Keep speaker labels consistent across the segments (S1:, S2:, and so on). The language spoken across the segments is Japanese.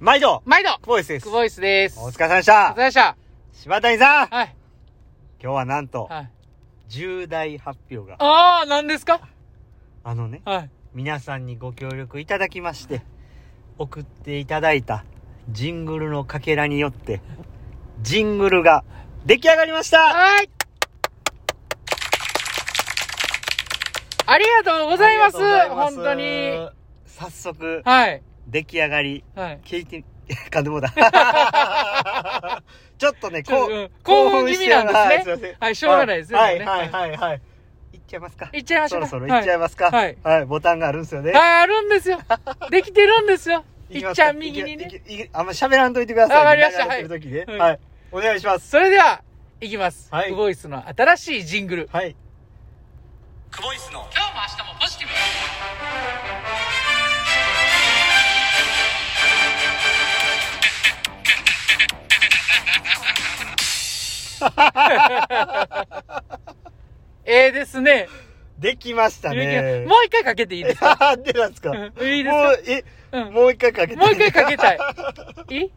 S1: 毎度、
S2: 毎度
S1: クボイスです
S2: ク。ボイスです。
S1: お疲
S2: れ
S1: れ様でした。
S2: 様でした。
S1: 柴谷さん、
S2: はい。
S1: 今日はなんと、
S2: はい。
S1: 重大発表が、
S2: ああ、何ですか
S1: あのね、
S2: はい。
S1: 皆さんにご協力いただきまして、送っていただいたジングルのかけらによって、ジングルが出来上がりました
S2: はい。ありがとうございます。
S1: ありがとう
S2: 本
S1: ござ
S2: 当
S1: い
S2: に。
S1: ます。早速、
S2: はい。
S1: 出来上がり、
S2: はい。
S1: 聞いて、 かんで もうだ。ちょっとね、
S2: ちょ
S1: こ
S2: っと
S1: う、
S2: うん興奮気味なんですね
S1: はいません
S2: はいしょうがないですね
S1: はい
S2: でもね
S1: はいはいはい。いっちゃいますか。
S2: いっちゃいまし
S1: そ
S2: ょう
S1: ろ
S2: か。
S1: そろいっちゃいますか。
S2: はい
S1: はい、ボタンがあるんですよね
S2: はい。。あーあるんで すよ。できてるんですよ。い
S1: きま
S2: っ
S1: す
S2: ち
S1: か
S2: ゃん右に
S1: い
S2: ね。
S1: けいけいけあんま喋らんといてくださいね。
S2: わかりました
S1: 流れてる時ね
S2: は
S1: はいい。お願いします。
S2: それでは、いきます。
S1: はい
S2: クボイスの新しいジングル。
S1: はい。クボイスの。
S2: 今日も明日もポジティブ。 ええですね。
S1: できました
S2: ゆうき
S1: ね。
S2: もう一回かけていいですか
S1: なんでなんですか。
S2: うんいいです
S1: も
S2: か
S1: う、え、
S2: うん
S1: もう一回かけて。
S2: もう一回かけたい。いい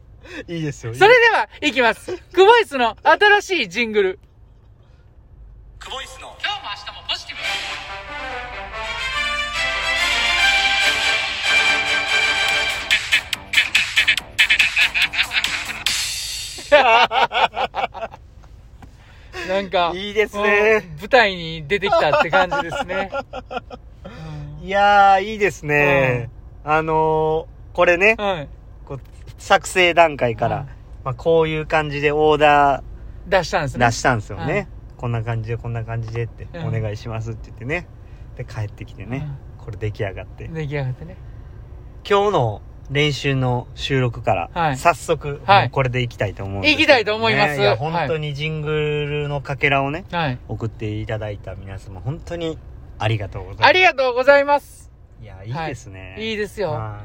S1: いいですよ。
S2: それでは、いきます。クボイスの新しいジングル。
S1: クボイスの。
S2: 今日も明日もポジティブ。 なんか、
S1: いいですね
S2: もう舞台に出てきたって感じで すね。
S1: いやー、いいですね。あのー、これね、
S2: はい。
S1: こう作成段階から、
S2: うん
S1: まあ、こういう感じでオーダ
S2: 出したんです
S1: ー
S2: ね。
S1: 出したんですよね。
S2: はい
S1: こんな感じで、こんな感じでって、
S2: うん
S1: お願いしますって言ってね。で、帰ってきてね、これ出来上がって。
S2: 出来上がってね。
S1: 今日の練習の収録から、
S2: はい
S1: 早速、
S2: はい
S1: もうこれでいきたいと思うんですけどね
S2: いきたいと思います
S1: いや、本当にジングルのかけらをね、
S2: はい。
S1: 送っていただいた皆様、本当にありがとうございます。
S2: ありがとうございます。
S1: いや、いいですね。
S2: いい
S1: で
S2: ですよ。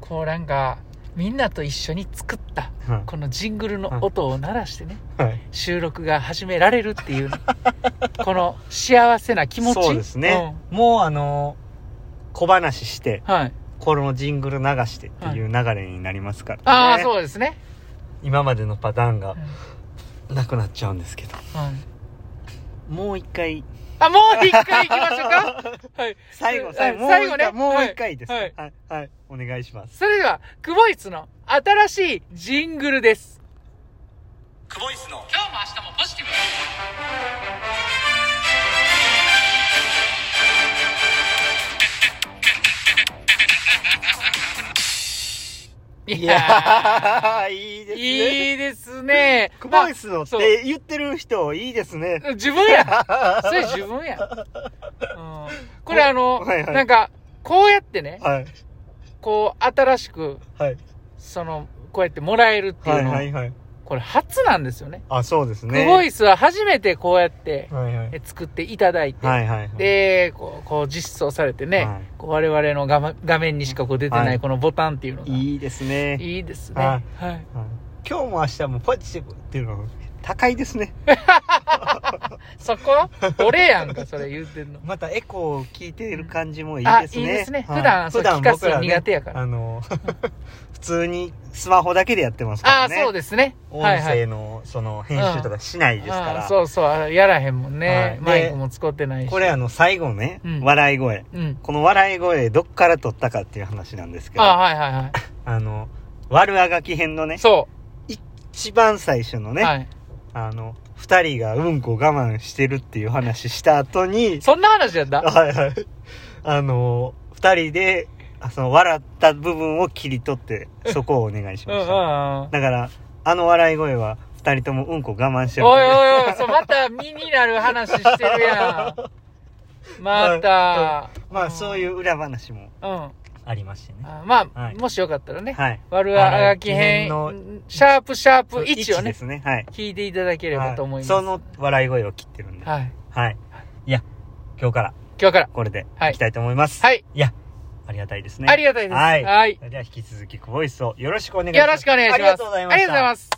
S2: こうなんか、みんなと一緒に作った、このジングルの音を鳴らしてね、
S1: はい。
S2: 収録が始められるっていうね、 この幸せな 気持ち。
S1: そうですね、もうあの小話して
S2: うん。はい。
S1: このジングル流してっていう流れになりますから、ね
S2: ああ、そうですね。
S1: 今までのパターンが
S2: うん
S1: なくなっちゃうんですけど
S2: はい
S1: もう一回
S2: あ、もう一回行きましょう かはい。
S1: 最後
S2: は
S1: 最
S2: い
S1: 後もう
S2: 最
S1: 一
S2: 後
S1: 回、
S2: ね
S1: もう一回です
S2: は
S1: はいい、はいお願いします
S2: それでは、クボイツの新しいジングルです。
S1: クボイスの
S2: 今日も明日もポジティブ。い
S1: い
S2: や
S1: やーいいです
S2: ー、
S1: ね
S2: いいですね。
S1: クボイスのっ
S2: そう
S1: て言ってる人いいですね
S2: まあ自分や。それ自分や。うんこれあの、
S1: はいはい
S2: なんか、こうやってね、
S1: はい
S2: こう、新しく、
S1: はい
S2: その、こうやってもらえるってい
S1: は
S2: う
S1: い
S2: の、
S1: はいはい
S2: これ初なんですよね。
S1: あそうですね
S2: クボイスは初めてこうやって、
S1: はいはい
S2: え作っていただいて、
S1: はいはいはい
S2: でこう、こう実装されてね、
S1: はい
S2: こう我々の画面画面にしかこう出てな
S1: はいい
S2: このボタンっていうのが、い
S1: いいですね
S2: いですね。は。
S1: はい今日も明日もポジティブっていうのは高いですね
S2: そこ俺やんか、それ言うてんの。
S1: またエコーを聞いている感じもいい
S2: あ
S1: ですね、
S2: いいですね
S1: は
S2: 普段そう聞かすの
S1: 僕らね
S2: 苦手やから
S1: あの普通にスマホだけでやってますか
S2: あ
S1: ら
S2: あー、
S1: ね
S2: そうですね。は
S1: 音
S2: いはい。
S1: 声のその編集とかしないですから、
S2: あーそうそう、あれやらへんもん
S1: は
S2: ね
S1: い。で
S2: マイクも使ってないし。
S1: これあの最後ね、
S2: うん
S1: 笑い声
S2: うん。
S1: この笑い声どっから取ったかっていう話なんですけど
S2: あ
S1: あ
S2: はいはいは
S1: の悪あがき編のね
S2: い。そ
S1: 一番最初の
S2: う。
S1: ね、
S2: はい。
S1: あの二人がうんこ我慢してるっていう話した後に
S2: そんな話やっ た
S1: はいはい。あのー、二人で、あその、笑った部分を切り取 って、そこをお願いし
S2: う
S1: ま
S2: んうん
S1: し
S2: うん。
S1: た。だから、あの笑い声は、二人ともうんこ我慢してる。
S2: おいおいおい、そうまた身になる話してる やん。また。。
S1: まあ、そういうう裏話も
S2: うん。あ
S1: ありましてね。
S2: まあ、
S1: はい
S2: もしよかったらね、
S1: はい。
S2: 悪あがき編、シャープシャープ1を
S1: で
S2: ね、
S1: すね。はい。
S2: 聞いていただければと思います。
S1: その笑い声を切ってるんで。はい。
S2: はい。
S1: いや、今日から
S2: 今日から。
S1: これで
S2: はい
S1: いきたいと思います。
S2: はい。
S1: いや、ありがたいですね。
S2: ありがたいです。
S1: はい。
S2: はい。
S1: それでは引き続き、ボイスをよろしくお願いします。
S2: よろしくお願いします。
S1: ありがとうございました。
S2: ありがとうございます。